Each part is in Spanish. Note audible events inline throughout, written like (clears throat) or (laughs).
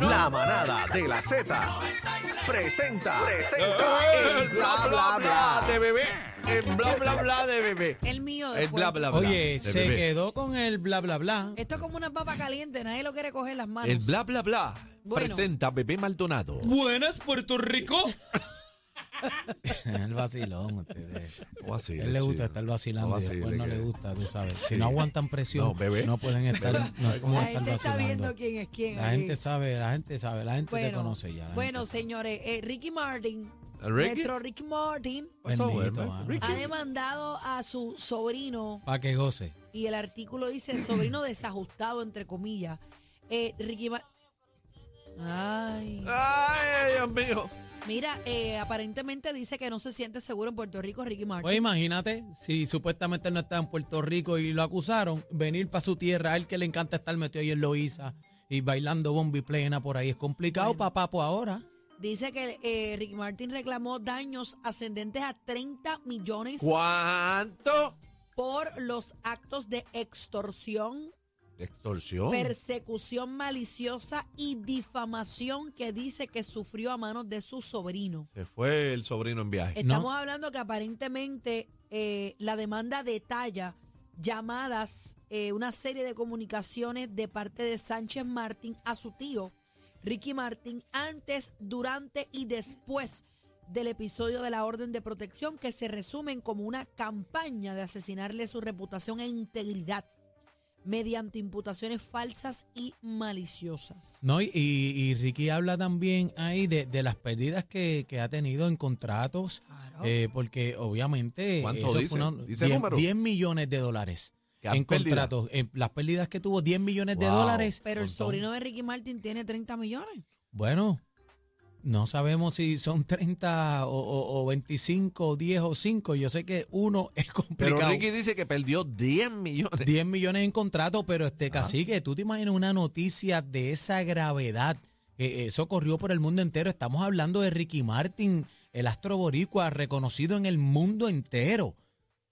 La manada de la Z presenta, presenta Eh, el bla bla bla de bebé. El bla bla bla de bebé. El mío El después. bla bla bla. Oye, de se bebé. quedó con el bla bla bla. Esto es como una papa caliente, nadie lo quiere coger las manos. El bla bla bla Bueno. presenta bebé Maldonado. Buenas, Puerto Rico. (laughs) el vacilón, ustedes. O así, A él le gusta sí. estar vacilando O y así, después le no que- le gusta, tú sabes. Si no aguantan presión, No, no, bebé. pueden estar, no pueden la estar gente está viendo vacilando. quién es quién. La aquí. gente sabe, la gente sabe, la gente te Bueno, conoce ya. la bueno, gente señores, eh, Ricky Martin, ¿Ricky? nuestro Ricky Martin, Pasó, Bendito, ¿verdad? mano. Ricky. ha demandado a su sobrino Para que goce. y el artículo (clears throat) dice sobrino desajustado, entre comillas. Eh, Ricky Martin. Ay. Ay, Dios mío. Mira, eh, aparentemente dice que no se siente seguro en Puerto Rico, Ricky Martin. Pues imagínate, si supuestamente no está en Puerto Rico y lo acusaron, venir para su tierra, a él que le encanta estar metido ahí en Loiza y bailando bombi plena por ahí. Es complicado, Bueno. papá, pues ahora. Dice que eh, Ricky Martin reclamó daños ascendentes a 30 millones ¿Cuánto? por los actos de extorsión, Extorsión. persecución maliciosa y difamación que dice que sufrió a manos de su sobrino. Se fue el sobrino en viaje. Estamos hablando que aparentemente eh, la demanda detalla llamadas, eh, una serie de comunicaciones de parte de Sánchez Martín a su tío, Ricky Martín, antes, durante y después del episodio de la orden de protección que se resumen como una campaña de asesinarle su reputación e integridad mediante imputaciones falsas y maliciosas. No, y, y- y Ricky habla también ahí de, de las pérdidas que, que ha tenido en contratos, Claro. eh, porque obviamente ¿Cuánto eso fue dice? una- Dice el 10, número. 10 millones de dólares Que han en perdido. contratos. en las pérdidas que tuvo, 10 millones de Wow. dólares. Pero el Montón. sobrino de Ricky Martin tiene 30 millones. Bueno, no sabemos si son 30 o, o- o 25, o 10 o 5. Yo sé que uno (laughs) es Pero complicado. Ricky dice que perdió 10 millones. 10 millones en contrato, pero este Ajá. cacique, tú te imaginas una noticia de esa gravedad. Eh, eso corrió por el mundo entero. Estamos hablando de Ricky Martin, el astro boricua reconocido en el mundo entero.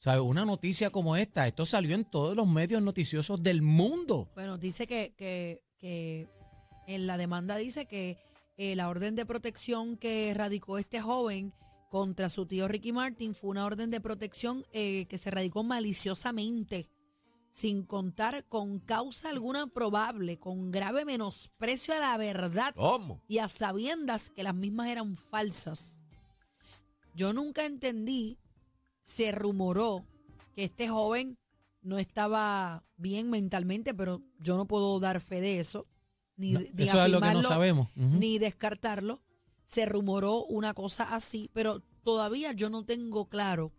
¿Sabes? Una noticia como esta, esto salió en todos los medios noticiosos del mundo. Bueno, dice que, que, que en la demanda dice que eh, la orden de protección que radicó este joven contra su tío Ricky Martin fue una orden de protección eh, que se radicó maliciosamente, sin contar con causa alguna probable, con grave menosprecio a la verdad ¿Cómo? y a sabiendas que las mismas eran falsas. Yo nunca entendí, se rumoró que este joven no estaba bien mentalmente, pero yo no puedo dar fe de eso, ni, No, ni eso es lo que no afirmarlo, sabemos. Ujú. ni descartarlo. Se rumoró una cosa así, pero todavía yo no tengo claro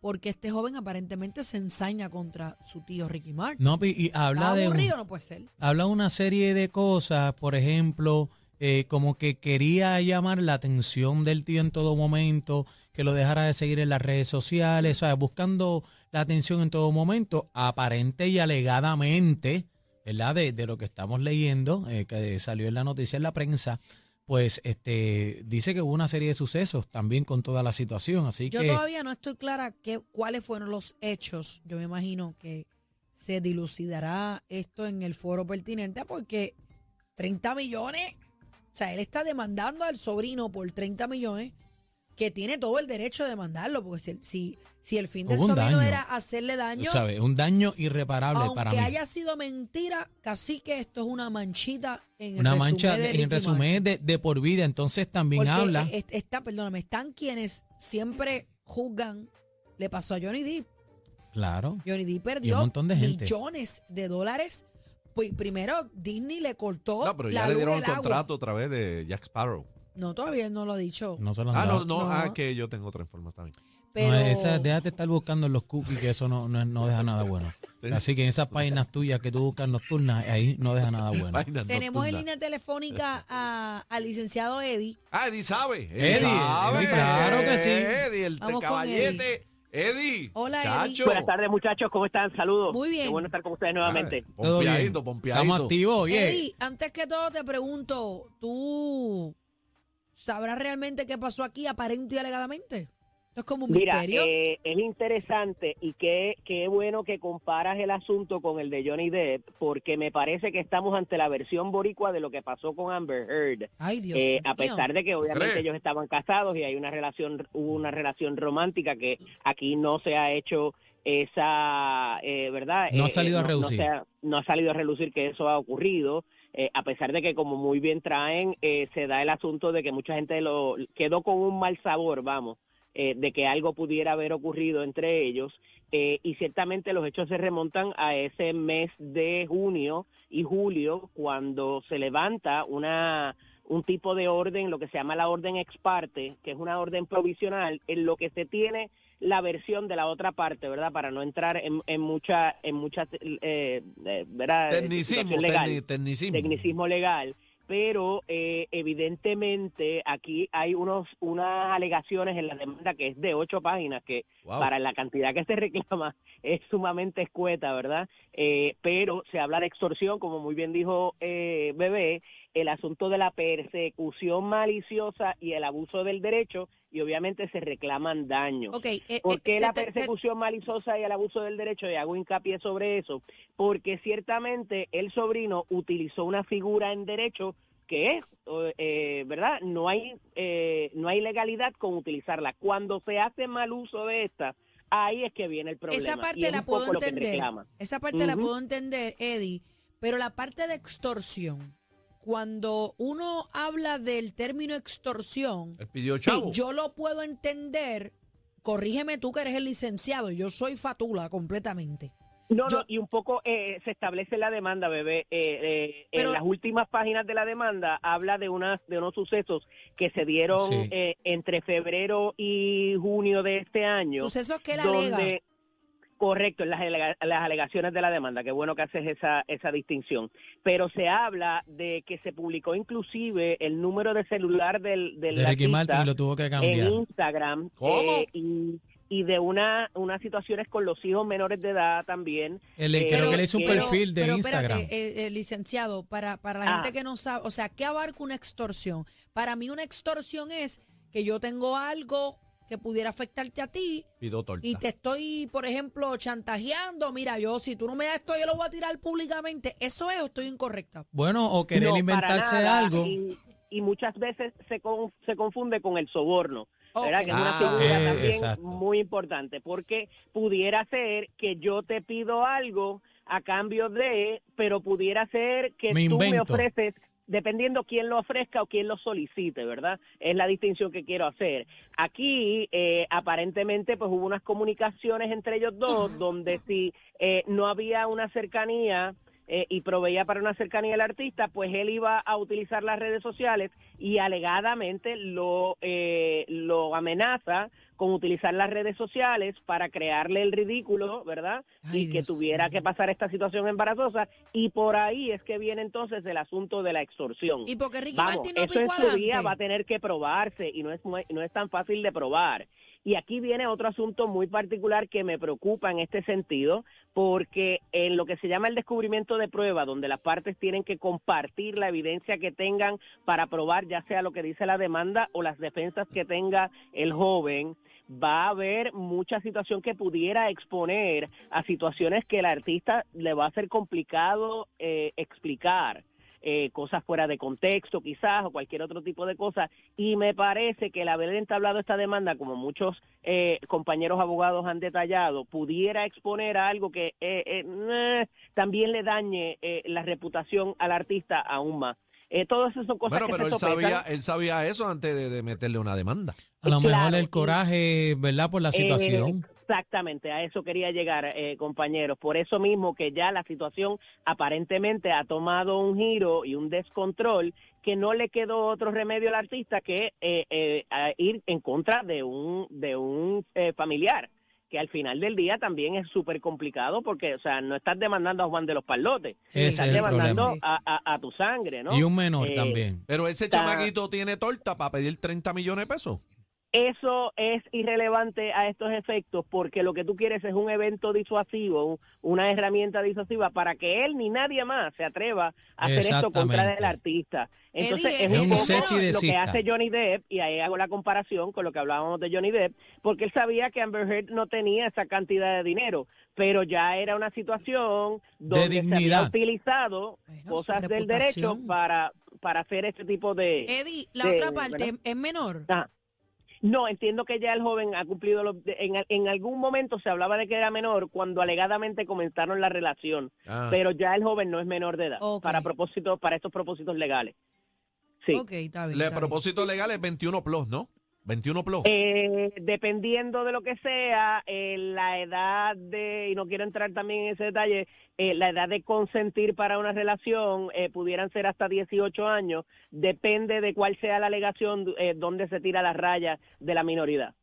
porque este joven aparentemente se ensaña contra su tío Ricky Martin. No, y, y habla ¿Está de... un- aburrido? No puede ser. habla una serie de cosas, por ejemplo, eh, como que quería llamar la atención del tío en todo momento, que lo dejara de seguir en las redes sociales, ¿sabes? buscando la atención en todo momento, aparente y alegadamente, ¿verdad? De, de lo que estamos leyendo, eh, que salió en la noticia en la prensa, pues este dice que hubo una serie de sucesos también con toda la situación, así Yo que... todavía no estoy clara qué- cuáles fueron los hechos. Yo me imagino que se dilucidará esto en el foro pertinente porque 30 millones, o sea, él está demandando al sobrino por 30 millones que tiene todo el derecho de demandarlo porque si, si, si el fin del Hubo un sobrino daño. era hacerle daño, ¿Sabes? Un daño irreparable aunque para mí. haya sido mentira, casi que esto es una manchita en el Una resumen mancha de de- Ricky en resumen de, de por vida. Entonces también Porque habla. es- está, perdóname, están quienes siempre juzgan. Le pasó a Johnny Depp. Claro. Johnny Depp perdió montón de gente. millones de dólares. Pues primero Disney le cortó No, pero la ya le luz, dieron el el agua. contrato otra vez de Jack Sparrow. No, todavía no lo ha dicho. No se lo han Ah, no, dado. no, No. ah, que yo tengo otra información también. pero No, esa, déjate estar buscando en los cookies, que eso no, no, no deja nada bueno. Así que en esas páginas tuyas que tú buscas nocturnas, ahí no deja nada bueno. Vainas tenemos en nocturnas. línea telefónica a- al licenciado Eddie. Ah, Eddie sabe. Eddie, Eddie, claro que sí. Eddie, el Vamos con caballete. Eddie. Hola, chacho. Buenas tardes, muchachos. ¿Cómo están? Saludos. Muy bien. Qué bueno estar con ustedes nuevamente. Ah, Todo bien. Pompeadito, pompeadito. Estamos activos, oye. Eddie, antes que todo te pregunto, ¿tú sabrás realmente qué pasó aquí aparente y alegadamente? Esto es como un Mira, misterio. eh, es interesante y qué, qué bueno que comparas el asunto con el de Johnny Depp, porque me parece que estamos ante la versión boricua de lo que pasó con Amber Heard. Ay, Dios Eh, mío. a pesar de que obviamente Re. ellos estaban casados y hay una relación, hubo una relación romántica que aquí no se ha hecho esa, eh, ¿verdad? No ha Eh, salido a relucir. se ha- no ha salido a relucir que eso ha ocurrido. eh, a pesar de que, como muy bien traen, eh, se da el asunto de que mucha gente lo quedó con un mal sabor, vamos, eh, de que algo pudiera haber ocurrido entre ellos. eh, y ciertamente los hechos se remontan a ese mes de junio y julio, cuando se levanta una un tipo de orden, lo que se llama la orden ex parte, que es una orden provisional, en lo que se tiene la versión de la otra parte, ¿verdad? Para no entrar en, en mucha, en mucha, eh, eh, ¿verdad? Tecnicismo, Situación legal tecni- tecnicismo. tecnicismo legal, pero eh, evidentemente aquí hay unos unas alegaciones en la demanda que es de ocho páginas, que Wow. para la cantidad que se reclama (laughs) es sumamente escueta, ¿verdad? Eh, pero se habla de extorsión, como muy bien dijo eh, Bebé, el asunto de la persecución maliciosa y el abuso del derecho, y obviamente se reclaman daños. Ok, eh, eh, ¿Por qué te- la te- te- persecución maliciosa y el abuso del derecho? Y hago hincapié sobre eso, porque ciertamente el sobrino utilizó una figura en derecho que es, eh, ¿verdad? No hay, eh, no hay legalidad con utilizarla. Cuando se hace mal uso de esta, ahí es que viene el problema. Esa y parte es la un poco puedo lo que entender. reclama. Esa parte la Ujú. puedo entender, Eddie. Pero la parte de extorsión, cuando uno habla del término extorsión, Él pidió chavo. yo lo puedo entender. Corrígeme tú que eres el licenciado. Yo soy fatula completamente. No, Yo- no, y un poco eh, se establece la demanda, bebé. Eh, eh, Pero- en las últimas páginas de la demanda habla de, unas, de unos sucesos que se dieron Sí. eh, entre febrero y junio de este año. Sucesos que él donde- alega. Correcto, en las, alega- las alegaciones de la demanda. Qué bueno que haces esa, esa distinción. Pero se habla de que se publicó inclusive el número de celular del, del De Ricky artista Martin y lo tuvo que cambiar. en Instagram. ¿Cómo? eh, y, y de una, unas situaciones con los hijos menores de edad también. Él eh, le- creo que le hizo un pero- perfil de pero Instagram. espérate, eh, eh, licenciado, para, para la Ah. gente que no sabe, o sea, ¿qué abarca una extorsión? Para mí una extorsión es que yo tengo algo que pudiera afectarte a ti Pidió torta. y te estoy, por ejemplo, chantajeando. Mira, yo si tú no me das esto, yo lo voy a tirar públicamente. ¿Eso es o estoy incorrecta? bueno, o querer No, para inventarse nada, algo. Y, y muchas veces se, con- se confunde con el soborno. ¿verdad? Ok. Que es Ah, una figura eh, también exacto. muy importante, porque pudiera ser que yo te pido algo a cambio de, pero pudiera ser que Me tú me invento. ofreces, dependiendo quién lo ofrezca o quién lo solicite, ¿verdad? Es la distinción que quiero hacer. Aquí, eh, aparentemente, pues hubo unas comunicaciones entre ellos dos, donde si eh, no había una cercanía eh, y proveía para una cercanía el artista, pues él iba a utilizar las redes sociales y alegadamente lo, eh, lo amenaza con utilizar las redes sociales para crearle el ridículo, ¿verdad? Ay, y que Dios tuviera mío. que pasar esta situación embarazosa. Y por ahí es que viene entonces el asunto de la extorsión. ¿Y porque Ricky Vamos, Martin no eso en picó su día adelante? va a tener que probarse y no es, muy- no es tan fácil de probar. Y aquí viene otro asunto muy particular que me preocupa en este sentido, porque en lo que se llama el descubrimiento de prueba, donde las partes tienen que compartir la evidencia que tengan para probar ya sea lo que dice la demanda o las defensas que tenga el joven, va a haber mucha situación que pudiera exponer a situaciones que el artista le va a ser complicado eh, explicar. eh, cosas fuera de contexto quizás o cualquier otro tipo de cosa y me parece que el haber entablado esta demanda como muchos eh, compañeros abogados han detallado pudiera exponer a algo que eh, eh, nah, también le dañe eh, la reputación al artista aún más eh, todas esas son cosas Bueno, que pero se él sopesan. sabía, él sabía eso antes de, de meterle una demanda. A lo claro, mejor el y- coraje, ¿verdad? Por la Eh, situación. Exactamente, a eso quería llegar, eh, compañeros. Por eso mismo que ya la situación aparentemente ha tomado un giro y un descontrol que no le quedó otro remedio al artista que eh, eh, a ir en contra de un, de un eh, familiar, que al final del día también es súper complicado porque, o sea, no estás demandando a Juan de los Palotes, Ese estás es el demandando problema. a, a- a tu sangre, ¿no? Y un menor Eh, también. Pero ese Ta- chamaquito tiene torta para pedir 30 millones de pesos. Eso es irrelevante a estos efectos porque lo que tú quieres es un evento disuasivo, un- una herramienta disuasiva para que él ni nadie más se atreva a hacer esto contra Exactamente. el artista. Entonces Eddie, es Es un un poco cese y lo que desista. hace Johnny Depp y ahí hago la comparación con lo que hablábamos de Johnny Depp porque él sabía que Amber Heard no tenía esa cantidad de dinero, pero ya era una situación donde se había dignidad. utilizado Bueno, su cosas del derecho reputación. para para hacer este tipo de Eddie, la de- otra parte ¿verdad? es menor. Ajá. No, entiendo que ya el joven ha cumplido los- de- en, en algún momento se hablaba de que era menor cuando alegadamente comenzaron la relación, Ah, pero ya el joven no es menor de edad Ok. para propósitos para estos propósitos legales. Sí. Ok, está bien. el está bien. propósito legal es 21 plus, ¿no? 21 plus. Eh, dependiendo de lo que sea, eh, la edad de, y no quiero entrar también en ese detalle, eh, la edad de consentir para una relación eh, pudieran ser hasta 18 años, depende de cuál sea la alegación, eh, dónde se tira la raya de la minoridad.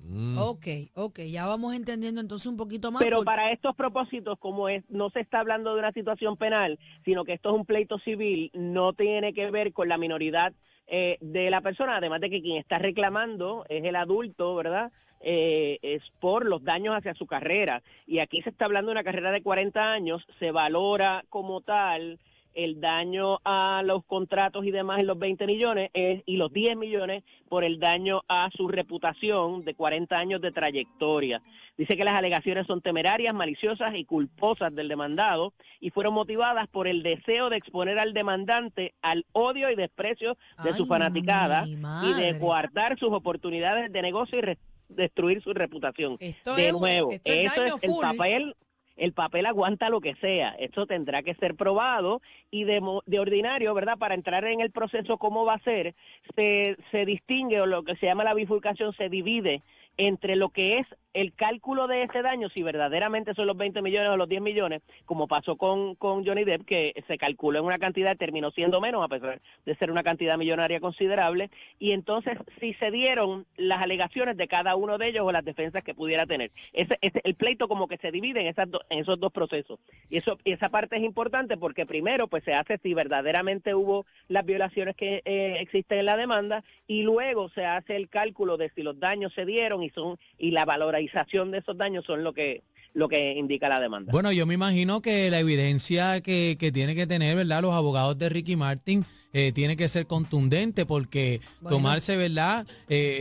Mm. Ok, ok, ya vamos entendiendo entonces un poquito más. Pero por- para estos propósitos, como es, no se está hablando de una situación penal, sino que esto es un pleito civil, no tiene que ver con la minoridad eh, de la persona, además de que quien está reclamando es el adulto, ¿verdad? Eh, es por los daños hacia su carrera. Y aquí se está hablando de una carrera de 40 años, se valora como tal el daño a los contratos y demás en los 20 millones eh, y los 10 millones por el daño a su reputación de 40 años de trayectoria. Dice que las alegaciones son temerarias, maliciosas y culposas del demandado y fueron motivadas por el deseo de exponer al demandante al odio y desprecio de su Ay, fanaticada mi y de madre. coartar sus oportunidades de negocio y re- destruir su reputación. Esto de es- nuevo, esto es eso daño es el full. papel. El papel aguanta lo que sea, esto tendrá que ser probado y de, mo- de ordinario, ¿verdad? Para entrar en el proceso, ¿cómo va a ser? Se, se distingue o lo que se llama la bifurcación se divide entre lo que es el cálculo de ese daño, si verdaderamente son los 20 millones o los 10 millones, como pasó con, con Johnny Depp, que se calculó en una cantidad, terminó siendo menos, a pesar de ser una cantidad millonaria considerable, y entonces si se dieron las alegaciones de cada uno de ellos o las defensas que pudiera tener. Ese, ese- el pleito como que se divide en, esas do- en esos dos procesos. Y eso y esa parte es importante porque primero pues se hace si verdaderamente hubo las violaciones que eh, existen en la demanda y luego se hace el cálculo de si los daños se dieron y son y la valorización de esos daños son lo que lo que indica la demanda. Bueno, yo me imagino que la evidencia que, que tiene que tener, ¿verdad? Los abogados de Ricky Martin eh, tiene que ser contundente porque Bueno. tomarse, ¿verdad?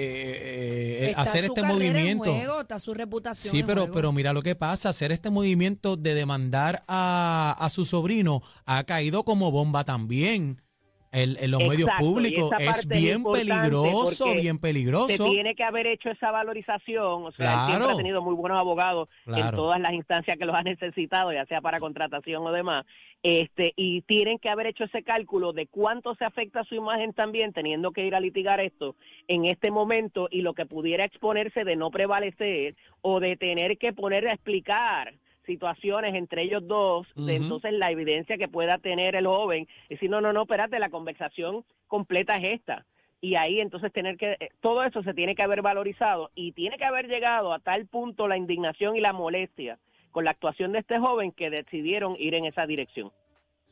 Eh, eh, eh, está hacer su este carrera movimiento. En juego, está su reputación. Sí, en pero, juego. pero mira lo que pasa, hacer este movimiento de demandar a, a su sobrino ha caído como bomba también en, en los medios Exacto, y públicos. esa Es parte es bien importante peligroso, porque bien se peligroso. tiene que haber hecho esa valorización, o sea, él siempre Claro. ha tenido muy buenos abogados en Claro. todas las instancias que los ha necesitado, ya sea para contratación o demás, este, y tienen que haber hecho ese cálculo de cuánto se afecta su imagen también, teniendo que ir a litigar esto en este momento y lo que pudiera exponerse de no prevalecer o de tener que poner a explicar situaciones entre ellos dos, de Ujú. entonces la evidencia que pueda tener el joven, y decir, no, no, no, espérate, la conversación completa es esta y ahí entonces tener que eh, todo eso se tiene que haber valorizado y tiene que haber llegado a tal punto la indignación y la molestia con la actuación de este joven que decidieron ir en esa dirección.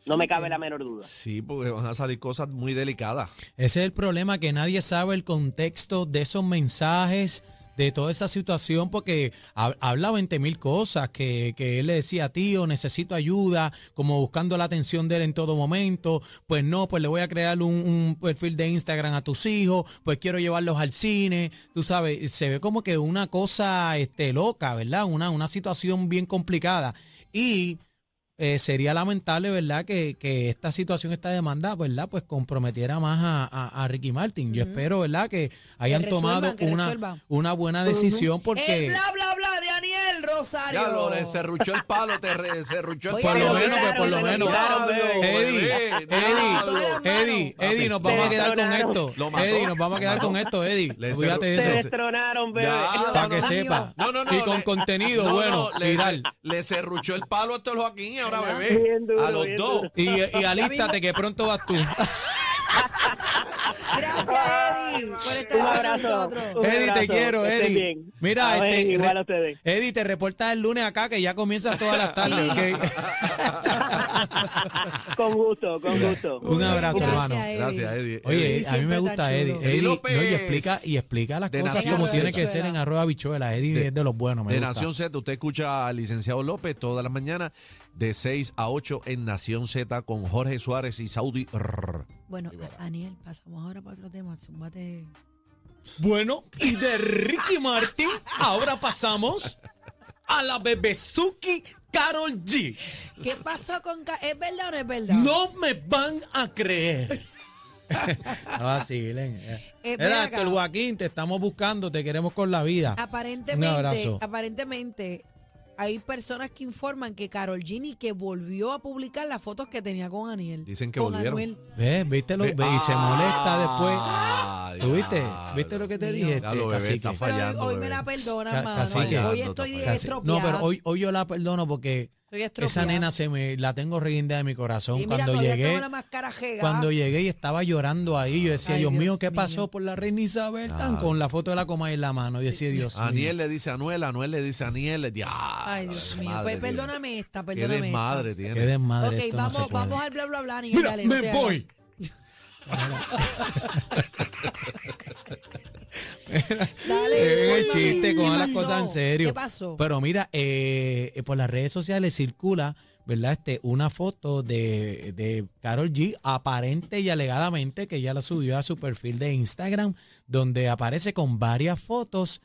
No me cabe la menor duda. Sí, porque van a salir cosas muy delicadas. Ese es el problema, que nadie sabe el contexto de esos mensajes, de toda esa situación, porque ha- habla 20 mil cosas, que, que él le decía, tío, necesito ayuda, como buscando la atención de él en todo momento, pues no, pues le voy a crear un, un perfil de Instagram a tus hijos, pues quiero llevarlos al cine, tú sabes, se ve como que una cosa este, loca, ¿verdad? Una, una situación bien complicada. Y eh, sería lamentable, ¿verdad?, que, que esta situación, esta demanda, ¿verdad?, pues comprometiera más a, a- a Ricky Martin. Yo espero, ¿verdad?, que hayan resuelvan, tomado que una, resuelvan. una buena decisión El porque bla, bla, bla de Aniel Rosario. Ya lo le cerruchó el palo, te re- cerruchó el Oye, palo. Por lo Te menos, pues, por lo quitaron, menos. te quitaron, Eddie, bebé, Eddie, diablo. Eddie, Eddie, Eddie, Eddie, nos Te vamos a quedar con destronaron. esto. Lo mató. Eddie, nos vamos a quedar Lo mató. con esto, Eddie. Le Olvídate de cerró- Se eso. destronaron, bebé. Ya, Para que Dios sepa. No, no, no. y con le- contenido no, no, bueno, le, viral. le cerruchó el palo a todos los Joaquín y ahora ¿Verdad? bebé. Bien duro, a los bien dos. duro. Y, y alístate que pronto vas tú. Gracias, (laughs) Eddie, por estar Un con abrazo. nosotros. Eh, Un Eddie, te abrazo, quiero, que estén Eddie. bien. Mira, A ver, este, igual re- a ustedes. (laughs) Eddie, te reportas el lunes acá que ya comienzas todas las tardes. Sí. ¿ok? con gusto, con gusto. Un abrazo, Gracias, hermano. Eddie. Gracias, Eddie. Oye, Eddie a mí siempre me tan gusta Eddie. chulo. Eddie, Eddie no, y López. explica, y explica las De cosas Nación como tiene Z. que ser en arroba bichuela. Eddie De- es de los buenos, me de gusta. Nación Z, usted escucha al licenciado López todas las mañanas de 6 a 8 en Nación Z con Jorge Suárez y Saudi. Rrr. Bueno, a- Aniel, pasamos ahora para otro tema. Zúmbate. (laughs) Bueno, y de Ricky Martin, ahora pasamos a la Bebezuki Carol G. ¿Qué pasó con... Ca- ¿Es verdad o no es verdad? No me van a (laughs) creer. no vacilen. Eh, ven Era acá. el Joaquín, te estamos buscando, te queremos con la vida. Aparentemente, Un abrazo. aparentemente hay personas que informan que Carol Gini que volvió a publicar las fotos que tenía con Aniel. Dicen que Con volvieron. Anuel. ¿Ves? ¿Viste lo? ve, y se molesta después. Ah, ¿Tuviste? diablo. ¿Viste lo que te Dios mío. dije? este, Ya lo, bebé, cacique? está Pero hoy- fallando, hoy, me bebé. la Ca- perdonan, mano. cacique. hoy Está estoy fallando. Casi- estropeada. No, pero hoy, hoy yo la perdono porque Estoy esa estropeada. nena se me la tengo rinda de mi corazón. Y mira, cuando todavía llegué, tengo la máscara jegada. cuando llegué y estaba llorando ahí, yo decía, Ay, Dios, Dios mío, ¿qué mío. pasó por la reina Isabel? Tan con la foto de la coma en la mano. Yo decía, Dios mío. Aniel le dice a Anuel, Anuel le dice a Aniel. Diablo, Ay, Dios mío. madre Pues tiene. perdóname esta, Qué perdóname. esta. desmadre Qué tiene. desmadre. Ok, esto no vamos, se puede. vamos al bla bla bla, Aniel. Mira, dale, no me te hagas. voy. Dale. Es el cuéntame, chiste, ¿qué cojan las pasó? cosas en serio. ¿Qué pasó? Pero mira, eh, eh, por las redes sociales circula, ¿verdad? Este, una foto de, de Carol G, aparente y alegadamente, que ya la subió a su perfil de Instagram, donde aparece con varias fotos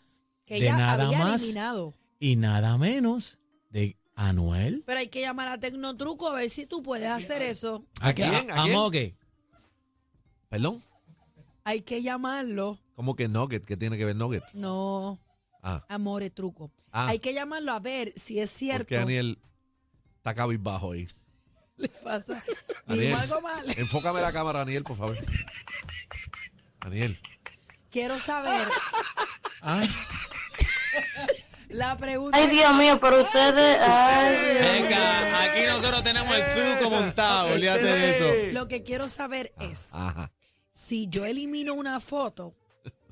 que de ella nada había más eliminado. y nada menos de Anuel. Pero hay que llamar a Tecnotruco a ver si tú puedes hacer eso. ¿A quién? ¿A quién? Amo que Perdón. Hay que llamarlo. ¿Cómo que Nugget? ¿Qué tiene que ver Nugget? No, Ah, amores, truco. Ah. Hay que llamarlo a ver si es cierto. porque Daniel está cabizbajo ahí. Le pasa. Aniel, Digo algo mal. (laughs) Enfócame la cámara, Daniel, por favor. Daniel. Quiero saber. Ah. La pregunta Ay, Dios mío, pero ustedes. Ay, Dios mío. Venga, aquí nosotros tenemos el truco montado, olvídate de esto. Lo que quiero saber Ah. es Ajá. si yo elimino una foto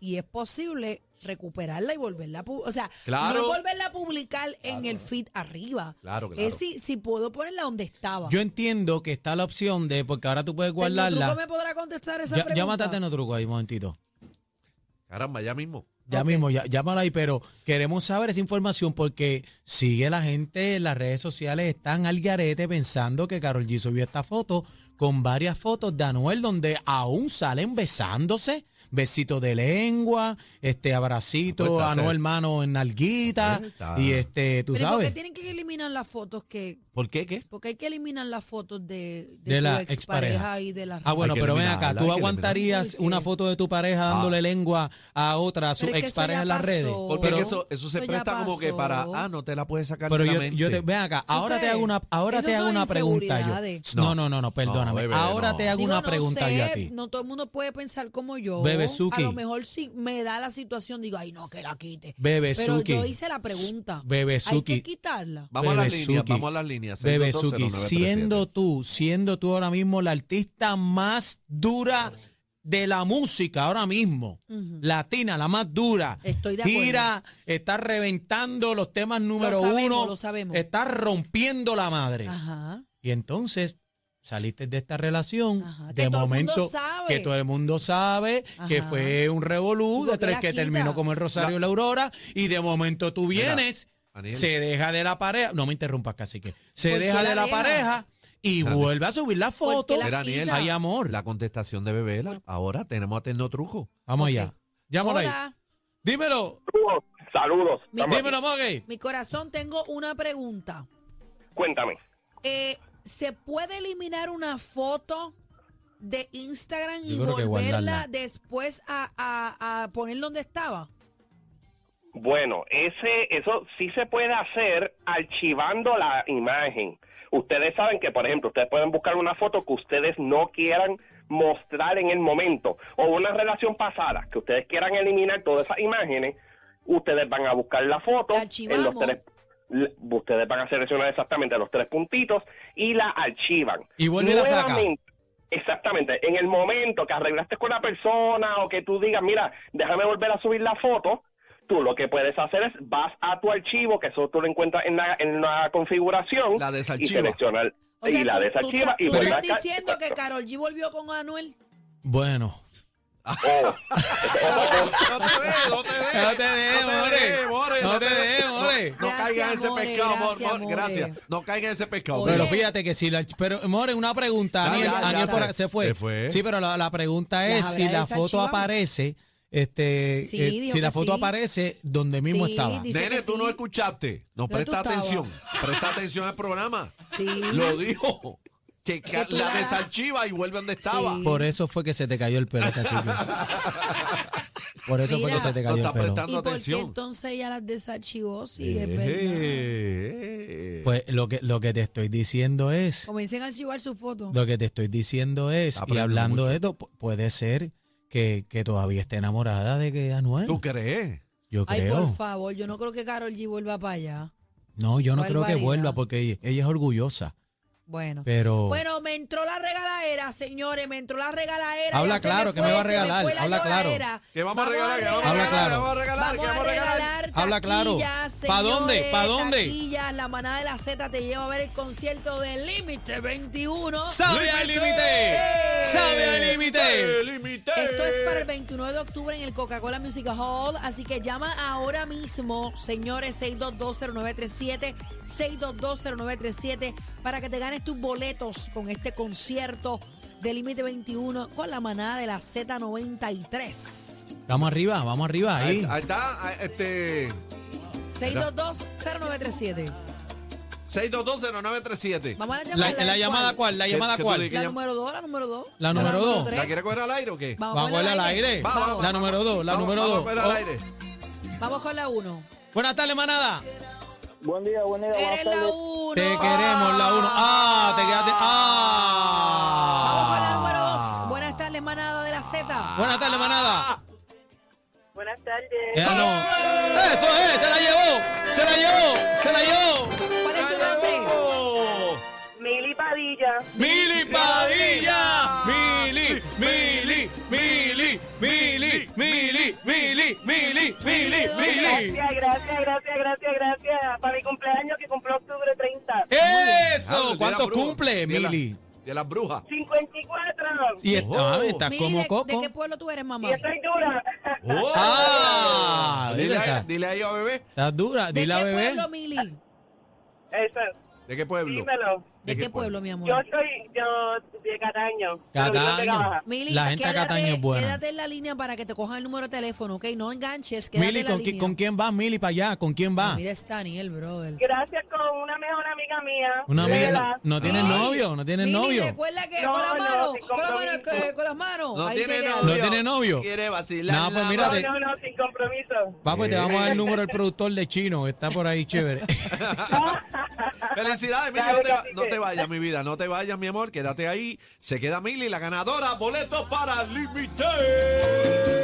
y es posible recuperarla y volverla a pu- o sea Claro. no es volverla a publicar en el feed arriba Claro, claro. es si, si puedo ponerla donde estaba Yo entiendo que está la opción de, porque ahora tú puedes ¿Tecnotruco guardarla. me podrá contestar esa Ya, pregunta llámate a Tenotruco ahí un momentito. Caramba, ya mismo. Ya mismo, ya, llámalo ahí, pero queremos saber esa información porque sigue la gente, en las redes sociales están al garete pensando que Carol G subió esta foto con varias fotos de Anuel donde aún salen besándose, besito de lengua, este Ah, abracito, pues, está Anuel cer- mano en nalguita, Ah, está. y este, tú Pero ¿y por qué sabes, tienen que eliminar las fotos que ¿Por qué qué? porque hay que eliminar las fotos de, de, tu la expareja expareja. y de las Ah, bueno, Hay que pero ven eliminarla, acá, hay ¿tú que Ah. aguantarías eliminarla. una foto de tu pareja dándole lengua a otra, a su Pero es que eso expareja ya en las redes? pasó. Porque Pero- es que eso, eso se Eso ya presta como que para, pasó. ah, no te la puedes sacar Pero de la yo, mente. yo te, ven acá, ahora te crees? hago una, ahora Esas te hago son una pregunta yo. inseguridades. No, no, no, no, No, perdóname. bebé, ahora no. te hago Digo, una no pregunta sé, yo a ti. No todo el mundo puede pensar como yo. Bebe Suki. A lo mejor si me da la situación, digo, ay, no, que la quite. Bebe Pero Suki. yo hice la pregunta. Bebe Hay Suki. que quitarla. Vamos a las Bebezuki. líneas, vamos a las líneas. Bebezuki, 6220937. siendo tú, siendo tú ahora mismo la artista más dura de la música ahora mismo, latina, la más dura. Estoy de acuerdo. Gira, está reventando los temas número sabemos, uno, lo sabemos. está rompiendo la madre. Ajá. Y entonces saliste de esta relación Ajá, que de todo el mundo momento sabe. que todo el mundo sabe que Ajá. fue un revolú Digo, de que tres la que quita. terminó como el Rosario y la Aurora y de momento tú Mira, vienes Aniel. se deja de la pareja no me interrumpas casi que se ¿Por qué deja la de la deja? pareja y Dale. vuelve a subir la ¿Por qué foto la Mira, Aniel, quita? hay amor La contestación de Bebela. Ahora tenemos a Tecno Truco. vamos Ok. allá llámalo ahí Hola, dímelo Saludos, saludos. Mi- Estamos- dímelo Mogue mi corazón, tengo una pregunta. Cuéntame. Eh, ¿Se puede eliminar una foto de Instagram y Yo creo que guardarla. volverla después a, a- a poner donde estaba? Bueno, ese, eso sí se puede hacer archivando la imagen. Ustedes saben que, por ejemplo, ustedes pueden buscar una foto que ustedes no quieran mostrar en el momento o una relación pasada que ustedes quieran eliminar todas esas imágenes. Ustedes van a buscar la foto La en los archivamos. tres. l- Ustedes van a seleccionar exactamente los tres puntitos y la archivan. Y vuelve y la saca. Nuevamente, Exactamente, en el momento que arreglaste con la persona o que tú digas, mira, déjame volver a subir la foto, tú lo que puedes hacer es vas a tu archivo, que eso tú lo encuentras en la, en la configuración, La y desarchiva. seleccionar, O sea, y la tú, tú desarchiva estás- y tú vuelve estás a ca- diciendo que Carol G volvió con Anuel. Bueno, Oh. No te dejes, no te dejes. No te dejes, more. No te dejes, more. No caigas en ese Gracias, pescado, more, more, more. gracias, more. Gracias. No caigas en ese pescado. Oye. pero fíjate que si la. Pero, More, una pregunta. Ya, Daniel, ya, ya, Daniel ya. por ahí- se, fue. Se fue. Sí, pero la, la pregunta Ya, es: si habrá la foto desarchivado. aparece, este, Sí, eh, dijo si la que sí. foto aparece, donde mismo Sí, estaba. dice Nene, que tú sí. no escuchaste. No, ¿Dónde tú presta estabas? atención. Presta atención al programa. Sí. Lo dijo. Que ca- tú la la- desarchiva y vuelve donde estaba. Sí. Por eso fue que se te cayó el (laughs) pelo, cacique. Por eso fue Mira. que se te No cayó está el pelo. prestando ¿Y por qué atención. entonces ella las desarchivó? Sí, es verdad. Eh, Pues lo que, lo que te estoy diciendo es. Comiencen a archivar su foto. Lo que te estoy diciendo es. Y Aprendo hablando mucho. de esto, pu- puede ser que, que todavía esté enamorada de que Anuel. ¿Tú crees? Yo Ay, creo. por favor, yo no creo que Carol G vuelva para allá. No, yo no creo que Barbaridad. vuelva porque ella, ella es orgullosa. Bueno. Pero Bueno, me entró la regaladera, señores, me entró la regaladera. Habla ya se claro, me que me fue, va a se me regalar, fue la habla claro. lloradera. Que vamos, a regalar, que vamos a Habla regalar, claro. que vamos a regalar, que Vamos vamos a regalar. regalar Habla claro. taquillas, ¿Pa' dónde? señores, ¿Pa' dónde? taquillas. la manada de la Z te lleva a ver el concierto de Límite 21. ¡Sabe al límite! ¡Sabe al límite! Eh. ¡Límite! Esto es Eh. para el 29 de octubre en el Coca-Cola Music Hall, así que llama ahora mismo, señores, 6220937, 6220937, para que te ganes tus boletos con este concierto de Límite 21 con la manada de la Z93. Vamos arriba, vamos arriba ahí. Ahí, ahí está, ah, este 6220937. 6220937. Vamos a la La, llamada. la llamada cuál, la ¿Qué- llamada qué tú cuál. dices? La número 2, la número 2. La número dos. ¿La quiere coger al aire o qué? Vamos, Vamos a con al aire. Va, va, La va, número va. dos, la Vamos, número vamos dos. a coger al Oh. aire. Vamos con la 1. Buenas tardes, manada. Buen día, buen día, buenas Eres la tardes. 1. Te queremos, la uno. ¡Ah! Te quedaste. Vamos ¡Ah! con la número 2. Buenas tardes, manada de la Z. Buenas tardes, manada. Buenas tardes. Ya no. ¡Eso es! ¡Se la llevó! ¡Se la llevó! ¡Se la llevó! ¿Cuál es tu nombre? ¡Oh! Mili Padilla. ¡Mili Padilla! ¡Mili! ¡Mili! ¡Mili! ¡Mili! ¡Mili! ¡Mili! ¡Mili! ¡Mili! ¡Mili! Gracias, gracias, gracias, gracias, gracias. Para mi cumpleaños que cumple octubre 30. Ah, pero ¡Eso! de ¿Cuánto las brujas, Oh, cumple, de la- Mili? De las brujas. 54. Y está, Ojo. está Mili, como ¿de- coco. ¿De qué pueblo tú eres, mamá? Y estoy dura. (laughs) ¡Oh! ¡Ah! Pues Dile, Dile a- acá. dile a ellos, bebé. Estás dura. ¿De Dile a qué bebé. pueblo, Mili? Eso, ¿De qué pueblo? dímelo. ¿De qué pueblo, mi amor? Yo soy yo de Cataño. pero vivo en Vega Cataño. Baja. Mili, La gente a quédate- Cataño es buena. Quédate en la línea para que te cojan el número de teléfono, ¿ok? No enganches, quédate Mili, en la ¿con, qui- línea. ¿con quién vas, Mili, para allá? ¿Con quién vas? Mira, es Daniel, brother. Gracias con una mejor amiga mía. Una amiga, Vela. no, no tienes Mili, novio, no tienes Mili, novio. recuerda que No, con las no, manos, sin con las manos, compromiso. que- con las manos. No ahí tiene te quedas. novio. ¿No tiene novio? Quiere vacilar. Nah, pues la mira, madre. te- No, no, sin compromiso. Va, pues te vamos a dar el Eh. número del productor de Chino, que está por (laughs) ahí chévere. Felicidades, Mili. Claro No te, que va- sí no que- te vayas, mi vida. No te vayas, mi amor. Quédate ahí. Se queda Mili, la ganadora. Boletos para Límite.